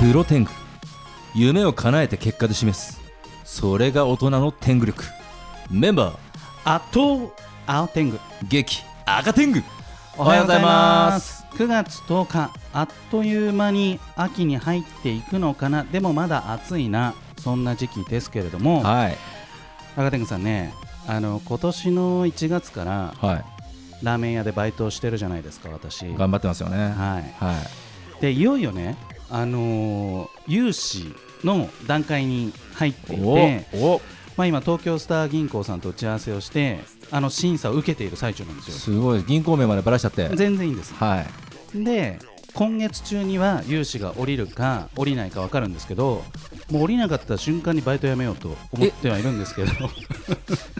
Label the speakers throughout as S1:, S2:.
S1: プロテング夢を叶えて結果で示すそれが大人の天狗力メンバー
S2: あと青天狗
S1: 激赤天狗
S2: おはようございます9月10日あっという間に秋に入っていくのかなでもまだ暑いなそんな時期ですけれども
S1: はい
S2: 赤天狗さんねあの今年の1月から
S1: は
S2: ラーメン屋でバイトをしてるじゃないですか私
S1: い頑張ってますよねは
S2: はい
S1: い、
S2: でいよいよねあのー融資の段階に入っていて
S1: おお
S2: まあ、今、東京スター銀行さんと打ち合わせをして、あの審査を受けている最中なんですよ。
S1: すごい銀行名までばらしちゃって
S2: 全然いいんです。
S1: はい
S2: で、今月中には融資が降りるか、降りないか分かるんですけど、もう降りなかった瞬間にバイト辞めようと思ってはいるんですけど、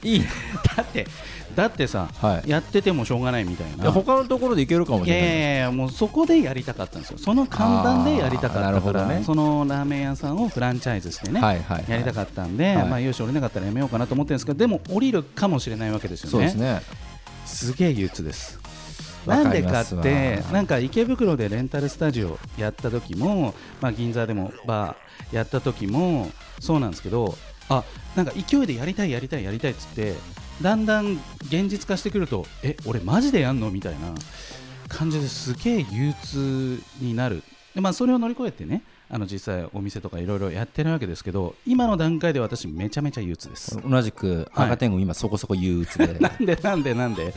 S1: いいね
S2: だって、だってさ、
S1: はい
S2: やっててもしょうがないみたい
S1: い
S2: な。
S1: や他のところでいけるかも
S2: い
S1: しれ
S2: や
S1: ない
S2: いやいやもうそこでやりたかったんですよ、その簡単でやりたかったか
S1: あーなる
S2: ら、
S1: ほどね
S2: そのラーメン屋さんをフランチャイズしてね、
S1: はいはいはい
S2: やりたかったんで、
S1: はい
S2: まあ、融資降りなかったらやめようかなと思ってるんですけど、でも降りるかもしれないわけですよね、
S1: そうですね
S2: すげえ憂鬱です。
S1: わ
S2: なん
S1: か
S2: で
S1: り
S2: か
S1: ま
S2: っ
S1: すわ
S2: て、なんか池袋でレンタルスタジオやった時も、まあ、銀座でもバーやった時も、そうなんですけど、あなんか勢いでやりたい、やりたい、やりたいっつって、だんだん現実化してくると、え俺、マジでやんのみたいな感じですげえ憂鬱になる、でまあ、それを乗り越えてね、あの実際、お店とかいろいろやってるわけですけど、今の段階で私、めちゃめちゃ憂鬱です。
S1: 同じく
S2: はい
S1: 赤天狗今そこそこ憂鬱 で
S2: なんで、なんで、なんで、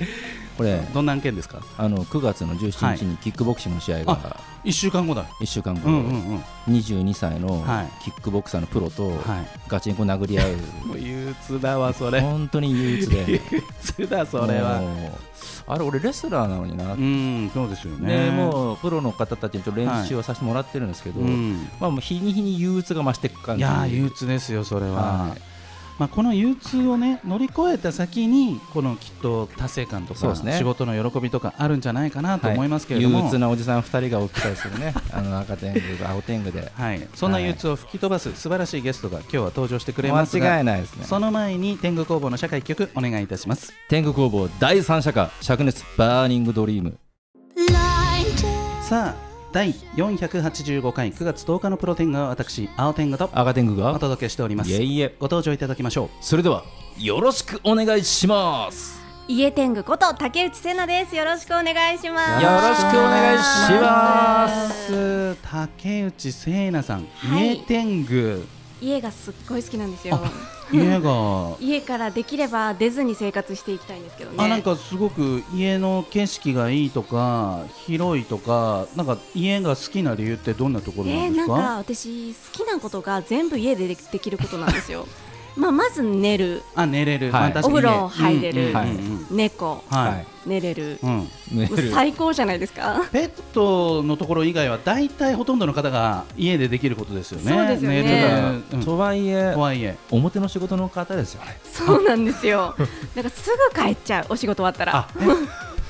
S1: これ
S2: どんな案件ですか
S1: あの9月の17日にキックボクシングの試合が
S2: あ1週間後だ。
S1: 1週間後、
S2: うんうんうん、
S1: 22歳の
S2: はい
S1: キックボクサーのプロと
S2: はい
S1: ガチンコ殴り合う、
S2: もう憂鬱だわそれ
S1: 本当に憂鬱で
S2: 憂鬱だ それは
S1: もうあれ俺レスラーなのにな、
S2: うんそうですよね
S1: でもうプロの方たちにちょっと練習をさせてもらってるんですけど、
S2: うん
S1: まあ、もう日に日に憂鬱が増していく感
S2: い
S1: じ
S2: やー憂鬱ですよそれは、
S1: はい
S2: まあ、この憂鬱をね乗り越えた先にこのきっと達成感と
S1: そう
S2: か、
S1: ですね
S2: 仕事の喜びとかあるんじゃないかなと思いますけれど
S1: は
S2: も、
S1: 憂
S2: はい
S1: 鬱なおじさん2人が起きたりす るねあの赤天狗と青天狗で
S2: そんな憂鬱を吹き飛ばす素晴らしいゲストが今日は登場してくれますが
S1: 間違いないですね
S2: その前に天狗工房の社会曲お願いいたします
S1: 天狗工房第三社歌灼熱バーニングドリーム
S2: さあ第485回9月10日のプロ天狗は私青天狗と
S1: 赤天狗
S2: お
S1: が
S2: 届けしております
S1: いえいえ
S2: ご登場いただきましょう
S1: それではよろしくお願いします
S3: 家天狗こと竹内瀬奈です。よろしくお願いします。
S1: よろしくお願いします
S2: 竹内聖奈さん、
S3: は
S2: 家
S3: い
S2: 天狗
S3: 家がすっごい好きなんですよ。
S2: 家が
S3: 家からできれば出ずに生活していきたいんですけどね。
S2: あなんかすごく家の景色がいいとか広いとかなんか家が好きな理由ってどんなところな
S3: え
S2: んで
S3: ー、
S2: す
S3: なんか
S2: か、
S3: 私好きなことが全部家ででできることなんですよ。まあまず寝る、
S2: あ寝れる、
S1: はい
S2: まあ確かに
S3: お風呂入れる
S2: うんうんうんうん
S3: 猫、
S2: はい、
S3: 寝れる。
S2: うん
S1: メ
S3: も
S1: ー
S3: う
S1: ル
S3: 最高じゃないですか。
S2: ペットのところ以外は大体ほとんどの方が家でできることですよね。
S3: そうですよね
S2: 寝れるうん
S1: とはいえ
S2: とはいえ、
S1: 表の仕事の方ですよね
S3: そうなんですよ。なんかすぐ帰っちゃうお仕事終わったら。
S2: え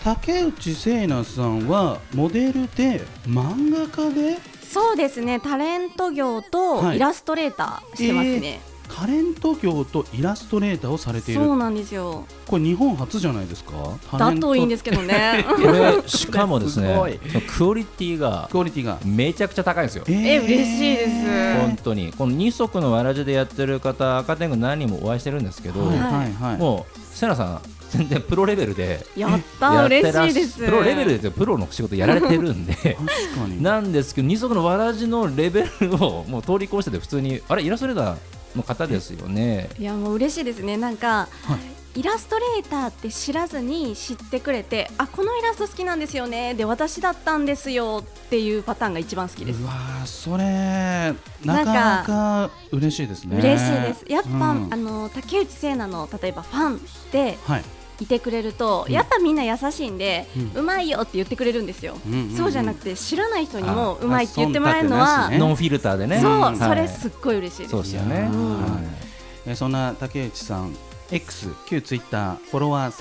S2: 竹内聖奈さんはモデルで漫画家で
S3: そうですね。タレント業
S2: は
S3: と
S2: い
S3: イラストレーターしてますね。
S2: タレント業とイラストレーターをされている
S3: そうなんですよ。
S2: これ日本初じゃないですかタ
S3: だ
S2: レント
S3: といいんですけどね。
S1: これしかも ですね
S2: すごい
S1: そのクオリティが
S2: クオリティが
S1: めちゃくちゃ高いんですよ
S3: え嬉しいです
S1: 本当にこの二足のわらじでやってる方赤天狗何人もお会いしてるんですけど、
S2: はいはいはい
S1: もうセナさん全然プロレベルで
S3: やった
S1: や
S3: ー
S1: って
S3: 嬉し
S1: らっ
S3: いで
S1: ゃ
S3: す。
S1: プロレベルですよプロの仕事やられてるんで
S2: 確かに
S1: なんですけど二足のわらじのレベルをもう通り越してて普通にあれイラストレーターの方ですよね
S3: いやもう嬉しいですね。なんか、
S2: は
S3: イラストレーターって知らずに知ってくれて、あこのイラスト好きなんですよね。で私だったんですよっていうパターンが一番好きです
S2: う。わーそれなかなか嬉しいですね
S3: 嬉しいです。やっぱ、
S2: うん
S3: あの竹内聖奈の例えばファンで
S2: はい
S3: いてくれると、
S2: うん
S3: やっぱみんな優しいんで、
S2: う
S3: うまいよって言ってくれるんですよ。
S2: うんうんうん
S3: そうじゃなくて知らない人にも
S1: あ
S3: うまいって言ってもらえるのは、
S2: 忖度なしね
S1: ノンフィルターでね
S3: そう、
S2: うん
S3: それすっごい嬉しいです
S1: そう。ですよね、
S3: うん
S1: はい
S2: えーそんな竹内さん X 旧ツイッターフォロワー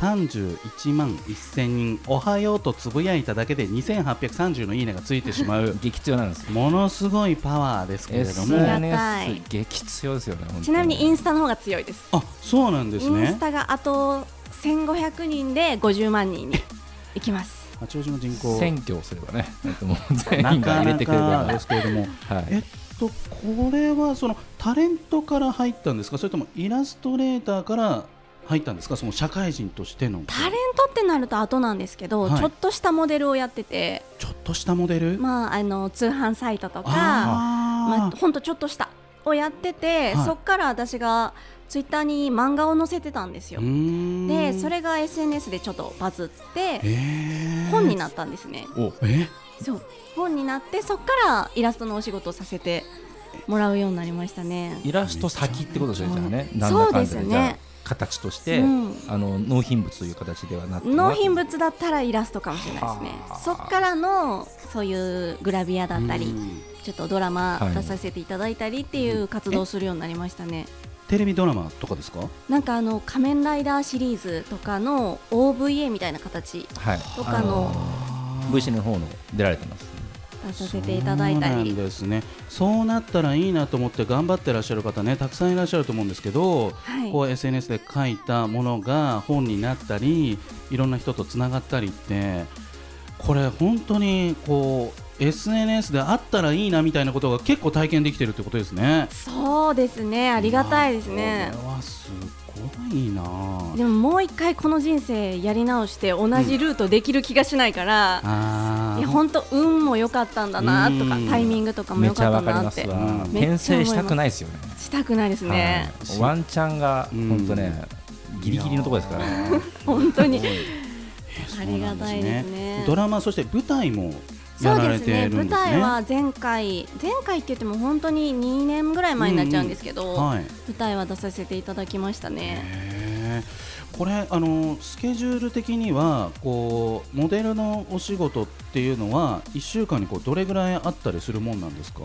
S2: 31万1000人おはようとつぶやいただけで2830のいいねがついてしま う
S1: 激強なんです
S2: ものすごいパワーですけれども、
S3: SNS
S1: 激強ですよね
S3: ちなみにイン
S1: ス
S3: スタの方が強いです。
S2: あそうなんです
S3: イン
S2: ね
S3: スタがあと1500人で50万人に行きます。
S2: 八王子の人口
S1: 選挙をすればね、えっともう全
S2: な
S1: 員が
S2: か
S1: 入れ
S2: な
S1: てくれれ
S2: か
S1: ば
S2: で、すけれども、
S1: はい
S2: えっと、これはそのタレントから入ったんですか、それともイラストレーターから入ったんですか、その社会人としての
S3: タレントってなると後なんですけど、
S2: はい
S3: ちょっとしたモデルをやってて、
S2: ちょっとしたモデル、
S3: まあ、あの通販サイトとかまあ
S2: あー
S3: ほんとちょっとしたをやってて、
S2: はい
S3: そっから私がツイッターに漫画を載せてたんですよ
S2: うーん
S3: でそれが SNS でちょっとバズって
S2: えー
S3: 本になったんですね
S1: お
S2: え
S3: そう本になってそっからイラストのお仕事をさせてもらうようになりましたね
S1: イラスト先ってことですよね、じゃあね、
S3: ん
S1: なんだかんだ
S3: そう
S1: で
S3: ですね
S1: じゃあ形として、
S3: うん
S1: あの納品物という形ではなくて、
S3: 納品物だったらイラストかもしれないですね
S1: はあ
S3: そっからのそういうグラビアだった
S2: う
S3: り
S2: ん
S3: ちょっとドラマ
S1: はい
S3: 出させていただいたりっていう活動をするようになりましたね、
S2: テレビドラマとかですか
S3: なんかあの「仮面ライダー」シリーズとかの OVA みたいな形
S1: はい、
S3: とかの
S2: あー
S1: VC の方の出られてます、
S3: 出させていただいた
S2: そうなん
S3: り
S2: ですねそうなったらいいなと思って頑張ってらっしゃる方ねたくさんいらっしゃると思うんですけど、
S3: はい
S2: こう SNS で書いたものが本になったりいろんな人とつながったりってこれ本当にこう SNS であったらいいなみたいなことが結構体験できてるってことですね
S3: そうですねありがたいですね
S2: これはすごいな
S3: でももう一回この人生やり直して同じルートできる気がしないから、
S2: あー
S3: いや本当運も良かったんだなとか
S2: うん
S3: タイミングとかも
S1: め
S3: 良
S1: ちゃ
S3: か
S1: わ
S3: っ
S1: か
S3: た
S1: り
S3: な
S1: ま
S3: って
S1: すわ、
S2: うん
S3: めっちゃ
S1: 転
S3: 思い
S1: 生
S3: ます
S1: したくないですよね、
S3: したくないですね、
S1: はいワンチャンが
S2: うん
S1: 本当ね、ギリギリのところですから、ね、
S3: 本当に
S2: すごいえ
S3: ありがたいですね
S2: ドラマそして舞台も
S3: そ
S2: や
S3: う
S2: ら
S3: で
S2: れ
S3: す
S2: て
S3: ね
S2: るんですね
S3: 舞台は前回前回って言っても本当に2年ぐらい前になっちゃうんですけど、
S2: はい
S3: 舞台は出させていただきましたね、
S2: へーこれあのスケジュール的にはこうモデルのお仕事っていうのは1週間にこうどれぐらいあったりするもんなんですか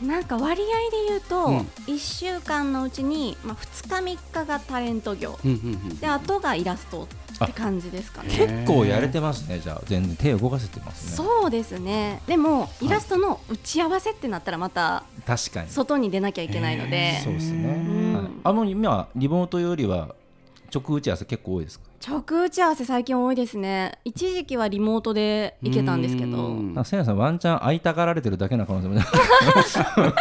S3: なんか割合で言うと、
S2: うん
S3: 1週間のうちに、まあ、2日3日がタレント業
S2: うんうんうん
S3: であとがイラストって感じですかね
S2: へー
S1: 結構やれてますね、じゃあ、全然手を動かせてますね、
S3: そうですねでも
S2: い
S3: イラストの打ち合わせってなったらまた
S1: 確かに。
S3: 外に出なきゃいけないので
S1: そうですね、
S3: ん
S1: はいあの今リモートよりは直打ち合わせ結構多いですか
S3: 直打ち合わせ最近多いですね一時期はリモートで行けたんですけど
S2: うん
S1: なんかせいやさんワンチャン会いたがられてるだけな可能性も そん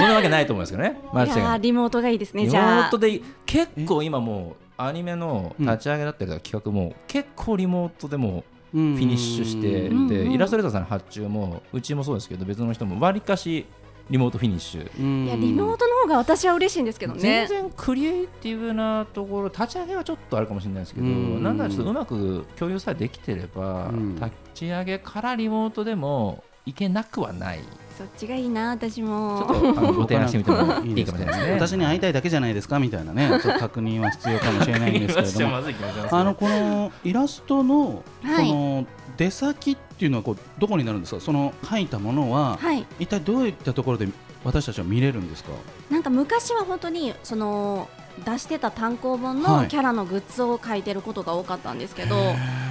S1: なわけないと思いますけどね間
S3: い
S1: 違い
S3: や
S1: な
S3: ー
S1: い
S3: リモートがいいですね
S1: リモ
S3: じゃ
S1: ー
S3: あ
S1: トで結構今もうアニメの立ち上げだったりとか企画も結構リモートでも
S2: フ
S1: フィニッシュして、
S3: うんう
S1: で
S3: ん
S1: イラストレーターさんの発注もうちもそうですけど別の人もわりかしリモートフィニッシュ
S3: いやリモートの方が私は嬉しいんですけど
S1: 全
S3: ね
S1: 然クリエイティブなところ立ち上げはちょっとあるかもしれないですけど、
S2: うん
S1: なんならちょっとうまく共有さえできてれば、
S2: うん
S1: 立ち上げからリモートでもいけなくはない、
S3: そっちがいいな私
S1: ちょ
S3: も
S1: っとあ のご提案してみてもいいかもしれないですね。
S2: 私に会いたいだけじゃないですかみたいなねちょっと確認は必要かもしれないんですけ れどもあのこのイラストのそ
S3: はい
S2: の出先っていうのはこうどこになるんですかその書いたものは
S3: はい
S2: 一体どういったところで私たちは見れるんですか
S3: なんか昔は本当にその出してた単行本
S2: は
S3: の
S2: い
S3: キャラのグッズを描いてることが多かったんですけど、
S2: へ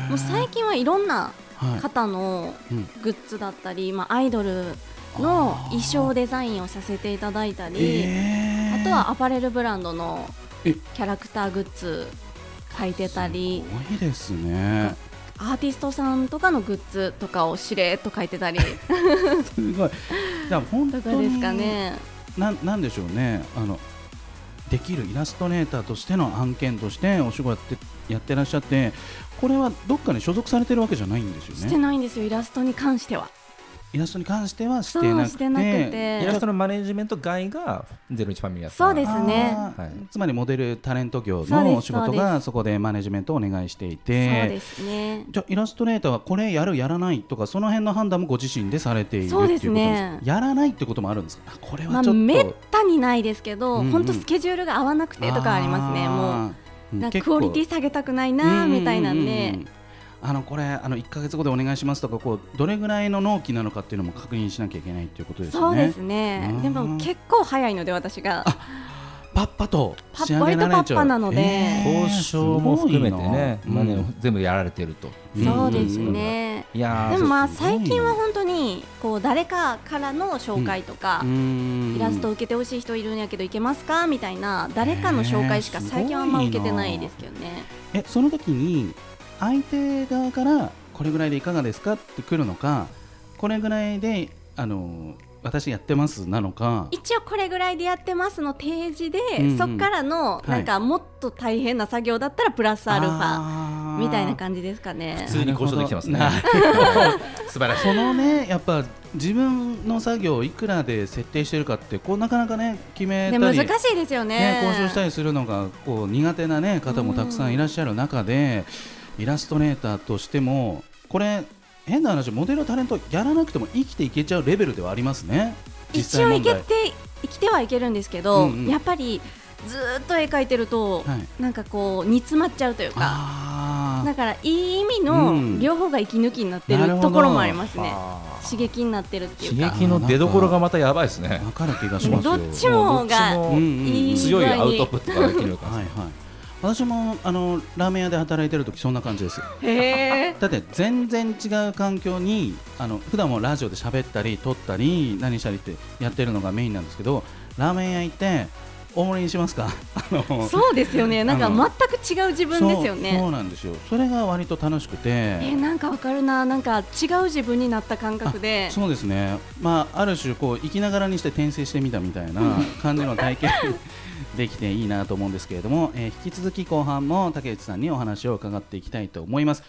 S2: ー
S3: もう最近はいろんな
S2: はい
S3: 方の
S2: うん
S3: グッズだったり、まあ、アイドルの衣装デザインをさせていただいたり、
S2: えー
S3: あとはアパレルブランドのキ
S2: え
S3: ャラクターグッズ書いてたり
S2: すごいですね
S3: アーティストさんとかのグッズとかをしれ っと書いてたり
S2: すごいじゃあ本当
S3: と
S2: に
S3: かですかね
S2: なんなんでしょうねあのできるイラストレーターとしての案件としてお仕事やってやってらっしゃってこれはどっかに所属されてるわけじゃないんです
S3: し
S2: よ
S3: て
S2: ね
S3: ないんですよイラストに関しては
S2: イラストに関してはして
S3: そ
S2: な
S3: う
S2: くて
S3: してなくて
S1: イラストのマネジメント外がゼロ一ファミリアさん
S3: そうですね
S2: あー
S1: はい
S2: つまりモデルタレント業
S3: そうです
S2: のお仕事がそこでマネジメントをお願いしてい
S3: そう
S2: て
S3: ですね
S2: じゃあイラストレーターはこれやるやらないとかその辺の判断もご自身でされているっていう
S3: そ
S2: こ
S3: う
S2: と
S3: で
S2: です
S3: す
S2: か
S3: ね
S2: やらないってこともあるんですかあこれ
S3: ま
S2: は
S3: あ
S2: ちょっと、
S3: めったにないですけど
S2: うんうん
S3: 本当、スケジュールが合わなくてとかありますねもう
S2: う
S3: なんかクオリティ下げたくないなみたいなんで
S2: あのこれあの1か月後でお願いしますとかこうどれぐらいの納期なのかっていうのも確認しなきゃいけないっていうことです
S3: そ
S2: よ
S3: うで
S2: ね
S3: すね
S2: うん
S3: でも結構早いので私が
S2: パッパと
S3: パッ
S2: 仕上げられちゃう
S3: 割とパッパなので
S1: 交渉も含めてね、
S2: すごいな
S1: マネを全部やられてると。
S2: ん
S3: そうですね
S1: いやー
S3: でもまあ
S2: そうすごいな
S3: 最近は本当にこう誰かからの紹介とか
S2: う、ん
S3: イラスト受けてほしい人いるんやけどいけますかみたいな誰かの紹介しか
S2: へー
S3: 最近はあんま受けてない
S2: すごいな
S3: ですけどね、
S2: えその時に相手側からこれぐらいでいかがですかってくるのかこれぐらいであの私やってますなのか
S3: 一応これぐらいでやってますの提示で、
S2: うんうん
S3: そっからの
S2: い
S3: なんかもっと大変な作業だったらプラスアルファ
S2: ァ
S3: みたいな感じですかね
S1: 普通に交渉できてますね
S2: な
S1: 素晴らしい
S2: そのねやっぱ自分の作業をいくらで設定してるかってこうなかなかね決め
S3: ね
S2: た
S3: 難し
S2: り
S3: いですよね
S2: ね、交渉したりするのがこう苦手な、ね、方もたくさんいらっしゃる中で、イラストレーターとしてもこれ変な話モデルタレントやらなくても生きていけちゃうレベルではありますね実
S3: 一
S2: 際
S3: 応
S2: 問
S3: いけ
S2: 題
S3: て生きてはいけるんですけど、
S2: うんうん
S3: やっぱりずーっと絵描いてると、
S2: はい
S3: なんかこう煮詰まっちゃうというか
S2: あー
S3: だからいい意味
S2: う
S3: の
S2: ん
S3: 両方が息抜きになってる
S2: なるほど
S3: ところもありますね、
S1: あー
S3: 刺激になってるってい
S1: 刺
S3: うか
S1: 激の出所がまたやばいですね
S2: わかる気がしますよ
S3: どっち
S1: もうど
S3: もが
S1: っちも
S2: うん
S3: いい
S1: 強いアウトプットができる
S2: は
S1: か
S2: いはい、私もあのラーメン屋で働いてる時そんな感じです
S3: へー
S2: だって全然違う環境にあの普段もラジオで喋ったり撮ったり何したりってやってるのがメインなんですけどラーメン屋行って大盛りにしますか あの
S3: そうですよねなんか
S2: あの
S3: 全く違う自分です
S2: そ
S3: よ
S2: うそ
S3: ね
S2: うなんですよそれが割と楽しくて、
S3: えーなんかわかるななんか違う自分になった感覚で
S2: そうですねまあある種こう生きながらにして転生してみたみたいな感じの体験できていいなと思うんですけれども、えー引き続き後半も竹内さんにお話を伺っていきたいと思います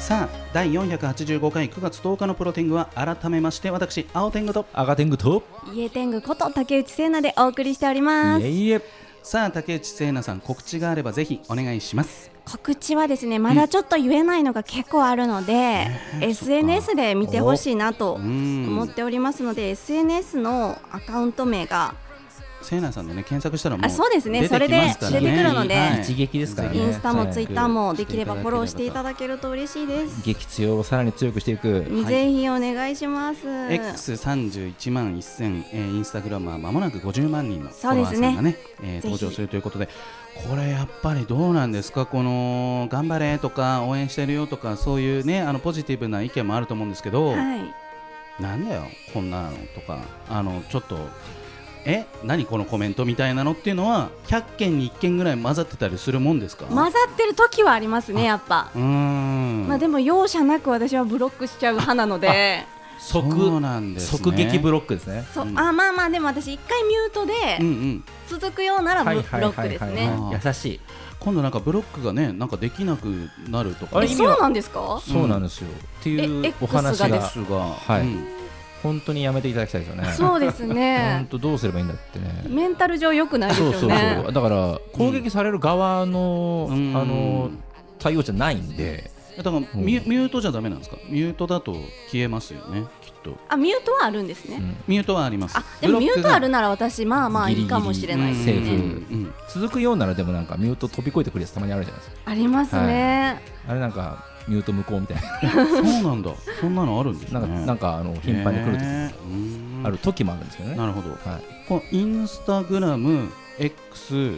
S2: さあ第485回9月10日のプロテングは改めまして私青天狗と
S1: アガテングと
S3: 家天狗こと竹内聖奈でお送りしております
S1: いえいえ
S2: さあ竹内聖奈さん告知があればぜひお願いします
S3: 告知はですねまだちょっと言えないのが結構あるので、SNS で見てほしいなと
S2: うん
S3: 思っておりますので、SNS のアカウント名が
S2: 聖奈さんでね検索したらもう
S3: あそうですね
S2: 出てきますからね
S3: それで出てくるので
S2: はい
S1: 一撃ですからね
S3: インスタもツイッターも
S2: ぜ
S3: で
S2: ひ
S3: きればフォローしていただけると嬉しいです。
S1: 激強をさらに強くしていく
S2: い
S3: ぜひお願いします。
S2: X31 万1000、えーインスタグラムはまもなく50万人のフォ
S3: そう
S2: ロ
S3: で
S2: ワーさ
S3: す
S2: ん
S3: ね
S2: がね、えー
S3: ぜひ
S2: 登場するということで、これやっぱりどうなんですか、この頑張れとか、応援してるよとか、そういうね、あのポジティブな意見もあると思うんですけど、
S3: はい。
S2: なんだよ、こんなのとか、あのちょっと、え、何このコメントみたいなのっていうのは、100件に1件ぐらい混ざってたりするもんですか、
S3: 混ざってる時はありますねやっぱ。
S2: うーん、
S3: まあでも容赦なく私はブロックしちゃう派なので、
S2: そう
S1: 即
S2: なんです、ね、
S1: 即撃ブロックですね
S3: そう
S2: うん
S3: あまあまあでも私一回ミュート
S2: うん
S3: で
S2: うん
S3: 続くようならブロブロックです
S2: はいはい
S3: ね。
S2: は
S1: 優しい
S2: 今度なんかブロックがねなんかできなくなると
S1: あ
S2: か
S3: え
S1: れ意味
S3: そう
S1: は
S3: なんですか？
S1: そうなんですよって
S3: え
S1: いう
S3: X
S1: お話
S3: が
S2: で
S1: が
S2: すが、
S1: はい
S2: うん
S1: 本当にやめていただきたいですよね
S3: そうです
S1: 本
S3: ね。
S1: 当どうすればいいんだってね
S3: メンタル上良くないです
S1: そう
S3: よ
S1: そうそう
S3: ね。
S1: だから攻撃される側のあ
S2: うん
S1: の対応じゃないんで
S2: だからミュミュートじゃダメなんですかミュートだと消えますよねきっと
S3: あミュートはあるんですね。
S2: ミュートはあります
S3: あでもミュートある
S2: な
S3: なら私まあまあいいかもしれないです
S1: ギリギリセー
S3: ね。
S1: フ続くようならでもなんかミュート飛び越えてくるやつたまにあるじゃないですか
S3: ありますね。
S1: あれなんかミュート無効みたいな
S2: そうなんだそんなのあるんですね
S1: なんかなんかあの頻繁に来る時
S2: へーうん
S1: ある時もあるんですけどね
S2: なるほど
S1: はい
S2: このインスタグラム X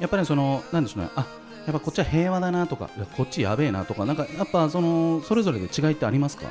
S2: やっぱりそのなんでしょうねあやっぱこっちは平和だなとかいやこっちやべえなとかなんかやっぱそのそれぞれで違いってありますか、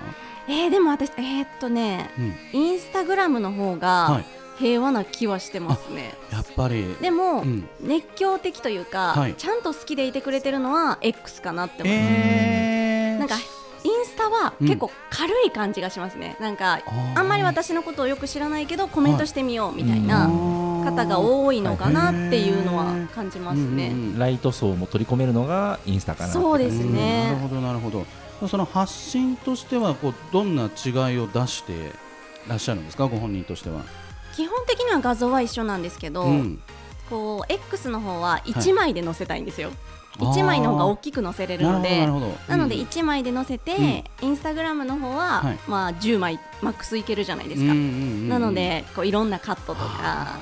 S3: えーでも私えーっとね
S2: うん、
S3: インスタグラムの方
S2: は
S3: が
S2: い
S3: 平和な気はしてますね。
S2: やっぱり
S3: でも、
S2: うん
S3: 熱狂的というか、
S2: はい
S3: ちゃんと好きでいてくれてるのは X かなって思います、
S2: えー
S3: なんかインスタは結構軽い感じがしますね、なんか
S2: あー
S3: あんまり私のことをよく知らないけどコメントしてみようみたい
S1: あ
S3: な
S2: ー
S3: 方が多いのかなっていうのは感じます
S2: うんうん
S3: ね。
S2: うん
S1: ライト層も取り込めるのがインスタかな
S3: そうです
S2: うんなる
S3: ね、
S2: ほどなるほど。その発信としてはこうどんな違いを出してらっしゃるんですかご本人としては。
S3: 基本的には画像は一緒なんですけど、
S2: うん
S3: こう X の方は1枚で載せたいんですよ、1枚の方が大きく載せれる
S2: なるほ
S3: の
S2: ど
S3: で
S2: なるほど。
S3: なので
S2: うん
S3: 1枚で載せて、インスタグラムの方は、
S2: はい
S3: まあ10枚マックスいけるじゃないですか、
S2: うんうんうんうん
S3: なのでこういろんなカットとか
S2: あ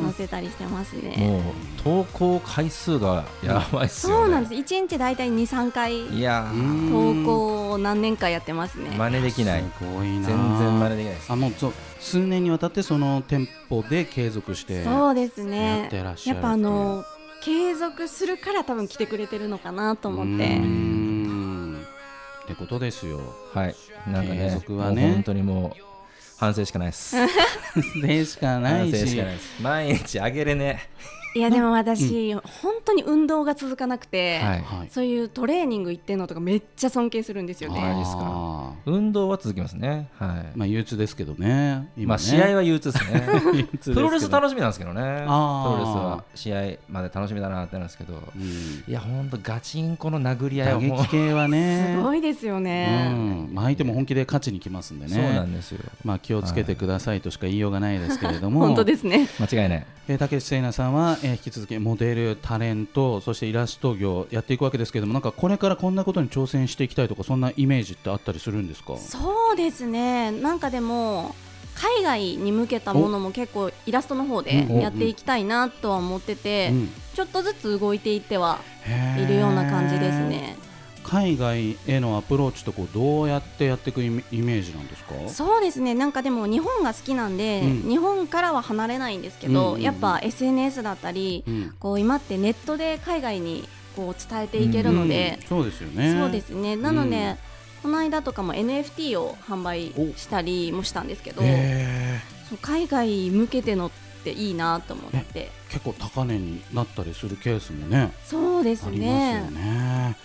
S3: 載
S2: ー
S3: せたりしてますね。
S1: もう投稿回数がやばいっすよね
S3: そうなんです一日だいたい23回
S1: いや
S2: う
S1: ー
S2: ん
S3: 投稿を何年かやってますね。
S1: 真似できない
S2: すごい
S1: 全
S2: な。
S1: 然真似できないです
S2: あもうそう数年にわたってその店舗で継続して。
S3: そうです
S2: やっ
S3: ね
S2: てらっしゃ
S3: や
S2: る
S3: っぱあの継続するから多分来てくれてるのかなと思っ
S2: う
S3: て
S2: んってことですよ。
S1: はいなんか
S2: 継
S1: ね
S2: 続はね
S1: もう本当にもう反省しかないです
S2: でしかな
S1: 反
S2: い
S1: 省
S2: し。
S1: しかないです毎日あげれね
S3: いやでも私、本当に運動が続かなくて、
S1: はい
S2: はい
S3: そういうトレーニング行ってんのとかめっちゃ尊敬するんですよね。
S1: あーいいっすか
S2: あ
S1: 運動は続きますね。は
S2: ー
S1: い。
S2: まあ憂鬱ですけどね今ね
S1: まあ試合
S2: は
S1: は憂鬱ですね。 プロレス楽しみなんですけどね。プロレス
S2: あー
S1: は試合まで楽しみだなってなんですけど。
S2: うん
S1: いや、ほんとガチンコの殴り合い
S2: 打
S1: はもう
S2: 撃。系はね
S3: すごいですよ
S2: う
S3: ね。
S2: んまあ、相手も本気で勝ちに来ますんでね
S1: そうなんですよ。
S2: まあ、気をつけてくださいとしか言いようがないですけれども
S3: 本当ですね。
S1: 間違いない。
S2: えー、竹内聖奈さんは、えー引き続きモデル、タレント、そしてイラスト業やっていくわけですけれども、なんかこれからこんなことに挑戦していきたいとか、そんなイメージってあったりするんですか
S3: そうですね。なんかでも海外に向けたものも結構イラストの方でやっていきたいなとは思ってて、
S2: うん
S3: ちょっとずつ動いていっては
S2: へー
S3: いるような感じですね。
S2: 海外へのアプローチとこうどうやってやっていくイメイメージなんですか
S3: そうですねなんかでも日本が好きなんで、
S2: うん
S3: 日本からは離れないんですけ
S2: うんう
S3: ど、
S2: んうん
S3: やっぱ SNS だったり
S2: うん
S3: こう今ってネットで海外にこう伝えていけるので
S2: うん、そうですよね
S3: そうですねなので、この間とかも NFT を販売したりもしたんですけど、
S2: へ
S3: そう海外向けてのっていいなと思って
S2: ー結構高値になったりするケースもね
S3: そうです
S2: ありますよ
S3: ね
S2: ね。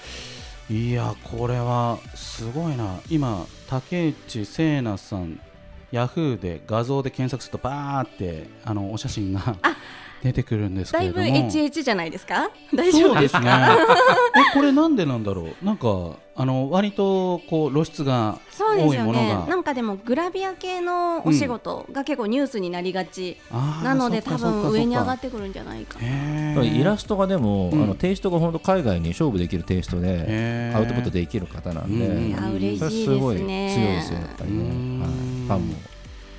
S2: いやこれはすごいな今竹内聖奈さんヤフーで画像で検索するとバーってあのお写真が出てくるんですけ
S3: だ
S2: れ
S3: い
S2: ども
S3: ぶ HH じゃないですか大丈
S2: そう
S3: 夫
S2: で
S3: ですす
S2: ねえこれなんでなんだろうなんかあの割とこう露出が
S3: そうで
S2: 多
S3: す
S2: い
S3: よ
S2: もの
S3: ね
S2: が、
S3: なんかでもグラビア系のお仕事が結構ニュースになりがち
S2: あー
S3: なので
S2: そっ
S3: 多
S2: かそっか
S3: 分上に上がっててくるんじゃないかな
S1: イ
S2: イ
S1: ラストがでも、
S2: うん
S1: あのテイストが本当海外に勝負できるテイストで、アウトプットできる方なんで、
S2: うん
S3: いや嬉
S1: それ
S3: しい
S1: すご
S3: で
S1: い強
S3: す
S1: い
S3: ね
S1: ですよ、やっぱりね。はい
S2: うん
S1: ファンも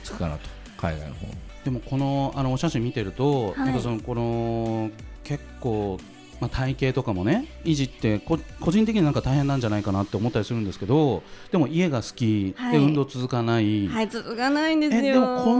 S1: つくかなと、海外の方も。
S2: でもこのあのお写真見てると、
S3: は
S2: な
S3: い
S2: んかそのこの結構、まあ、体型とかもね維持ってこ個人的になんか大変なんじゃないかなって思ったりするんですけどでも家が好き、
S3: はい
S2: で運動続かない、
S3: はい続かないんです
S2: え
S3: よ
S2: でもこ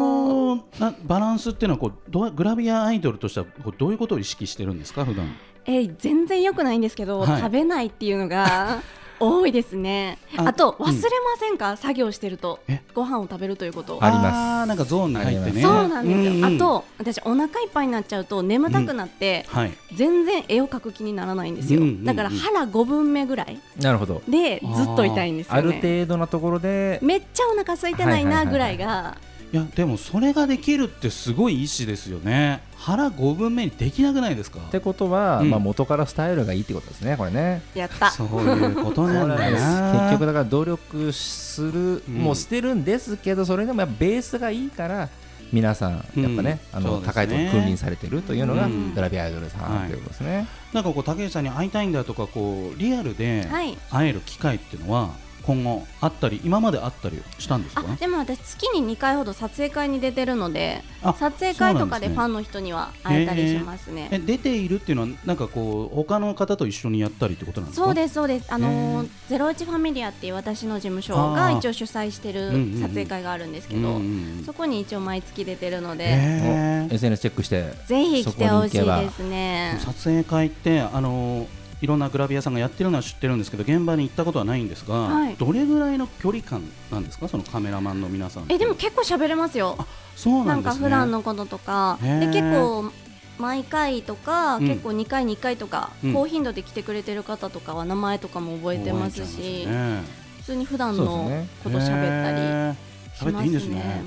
S2: のなバランスっていうのはこうどうグラビアアイドルとしてはこうどういうことを意識してるんですか普段
S3: えー全然良くないんですけど、
S2: はい
S3: 食べないっていうのが 多いですね
S2: あ
S3: あと
S2: うん
S3: 忘れませんか、作業してると
S2: え
S3: ご飯を食べるということ
S1: あります
S2: ーなんかゾーンに入ってね
S3: そうなんですよ、
S2: ううん
S3: あと私お腹いっぱいになっちゃうと眠たくなって、
S2: はい
S3: 全然絵を描く気にならないんですよ、
S2: うんうんうん
S3: だから腹5分目ぐらい
S1: なるほど。
S3: でずっといたいんですよ
S1: あ
S3: ね
S1: る程度なところで、
S3: めっちゃお腹空いてない
S1: はいはいはいは
S3: ないぐらいが
S2: いやでもそれができるってすごい意志ですよね腹5分目にできなくないですか
S1: ってことは、
S2: うん
S1: まあ、元からスタイルがいいってことですね、これね。
S3: やった
S2: そういうことなん だな
S1: 結局だから努力する、
S2: うん
S1: もうしてるんですけどそれでもやっぱベースがいいから皆さんやっぱね、
S2: うん
S1: あ
S2: そう
S1: の
S2: ですね
S1: 高いところに君臨されてるというの
S2: う
S1: が
S2: ん
S1: グラビアアイドルさんということですね、
S2: なんかこう竹内さんに会いたいんだとかこうリアルで
S3: はい
S2: 会える機会っていうのは今後あったり今まであったりしたんですか
S3: あでも私月に2回ほど撮影会に出てるので
S2: あ
S3: 撮影会と
S2: そうな
S3: かで
S2: んですね
S3: ファンの人には会えたりしますね
S2: え出ているっていうのはなんかこう他の方と一緒にやったりってことなんですか
S3: そうですそうですあの
S2: へ
S3: ーゼロイチファミリアっていう私の事務所
S2: あ
S3: が
S2: ー
S3: 一応主催してる
S2: うんうんうん
S3: 撮影会があるんですけ
S2: うんう
S3: ど
S2: んうん
S3: そこに一応毎月出てるので
S2: へ
S1: お SNS チェックして
S3: ぜひ来てほしい
S1: そこに行け
S3: で
S1: ば
S3: す
S2: ー
S3: ね
S2: 撮影会ってあのいろんなグラビアさんがやってるのは知ってるんですけど現場に行ったことはないんですが、
S3: はい
S2: どれぐらいの距離感なんですかそのカメラマンの皆さんって
S3: えでも結構喋れますよ
S2: あそう
S3: な
S2: なんんで
S3: か
S2: すね
S3: 普段のこととか
S2: へー
S3: で結構毎回とか、
S2: うん
S3: 結構2回2回とか、
S2: うん
S3: 高頻度で来てくれてる方とかは名前とかも覚えてます
S2: 覚えち
S3: し
S2: ゃいますよね
S3: 普通に普段
S1: そうで
S3: の
S1: すね
S3: こと喋った
S2: へ
S3: り
S2: ー
S3: し
S2: 喋って
S3: ますね。
S2: いいんですね。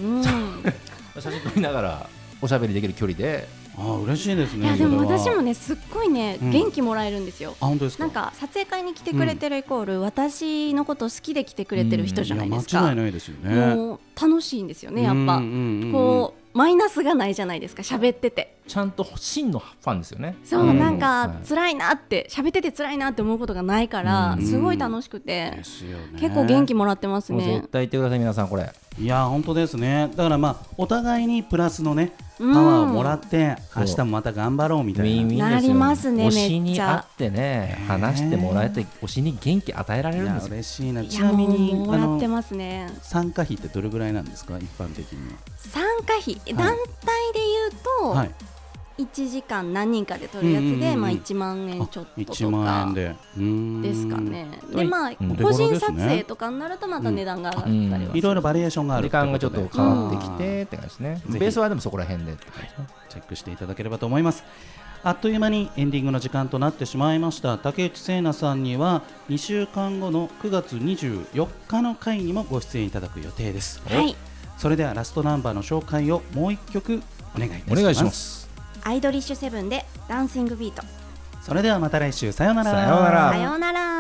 S3: う
S1: 写真撮りながらおしゃべりできる距離で
S2: あー嬉しいです
S3: ん、
S2: ね。
S3: いやでも
S2: それは
S3: 私も。ねすっごいね、
S2: うん
S3: 元気もらえるんですよ。
S2: あ本当ですか。
S3: なんか撮影会に来てくれてるイコール、私のこと好きで来てくれてる人じゃないです
S2: や間
S3: か
S2: 違い。ないですよね。
S3: もう楽しいんですよねやっぱ、
S2: こ
S3: こうマイナスがないじゃないですか喋ってて。
S1: ちゃんと真のファンですよね
S3: そう、
S2: うん
S3: なんか
S1: はい
S3: 辛いなって喋ってて辛いなって思うことがないから、
S1: うん
S3: すごい楽しく
S2: で
S3: て、
S2: すよね。
S3: 結構元気もらってます
S1: もう
S3: ね
S1: 絶。対言ってください皆さんこれ
S2: いや本当ですね。だからまあお互いにプラスのねパ
S3: うん
S2: ワーをもらって
S1: そう
S2: 明日もまた頑張ろうみ
S1: ウ
S2: た
S1: ィ
S2: い
S1: ンウィン
S2: な。
S1: ですよ
S3: なりますね
S1: 推し
S3: めっ
S1: に
S3: ちゃ
S1: 会ってね話してもらえて推しに元気与えら
S2: い
S1: れるん
S2: や
S1: ですよ
S2: 嬉しいな。
S3: い
S2: ち
S3: や
S2: なみ
S3: も
S2: に
S3: うも
S2: あ
S3: ら
S2: の
S3: ってますね。
S2: 参加費ってどれぐらいなんですか一般的に
S3: 参加費、団体で
S2: は。
S3: 言
S2: は
S3: う
S2: い。
S3: と1時間何人かで取るやつで、
S2: うんうんうん
S3: まあ1万円
S2: あ
S3: ちょっと
S2: 一
S3: と
S2: 万
S3: か
S2: 円で。うーん
S3: ですか。ね。でまあ
S1: うん
S3: 個人撮影とかになるとまた値段が上がったりはする。
S2: いろいろバリエーションがある
S1: 時
S2: てこ
S1: 間
S2: とで。
S1: がちょっと変わってき
S2: うん
S1: てって感じですね
S2: ひ
S1: ベースはでもそこら辺でって感じですね
S2: チェックしていただければと思います。あっという間にエンディングの時間となってしまいました竹内聖奈さんには2週間後の9月24日の回にもご出演いただく予定です
S3: はい
S2: それではラストナンバーの紹介をもう一曲お願いいたし
S1: お
S2: ます
S1: 願いします
S3: アイドリッシュセブンでダンシングビート
S2: それではまた来週さようなら
S1: さようなら
S3: さようなら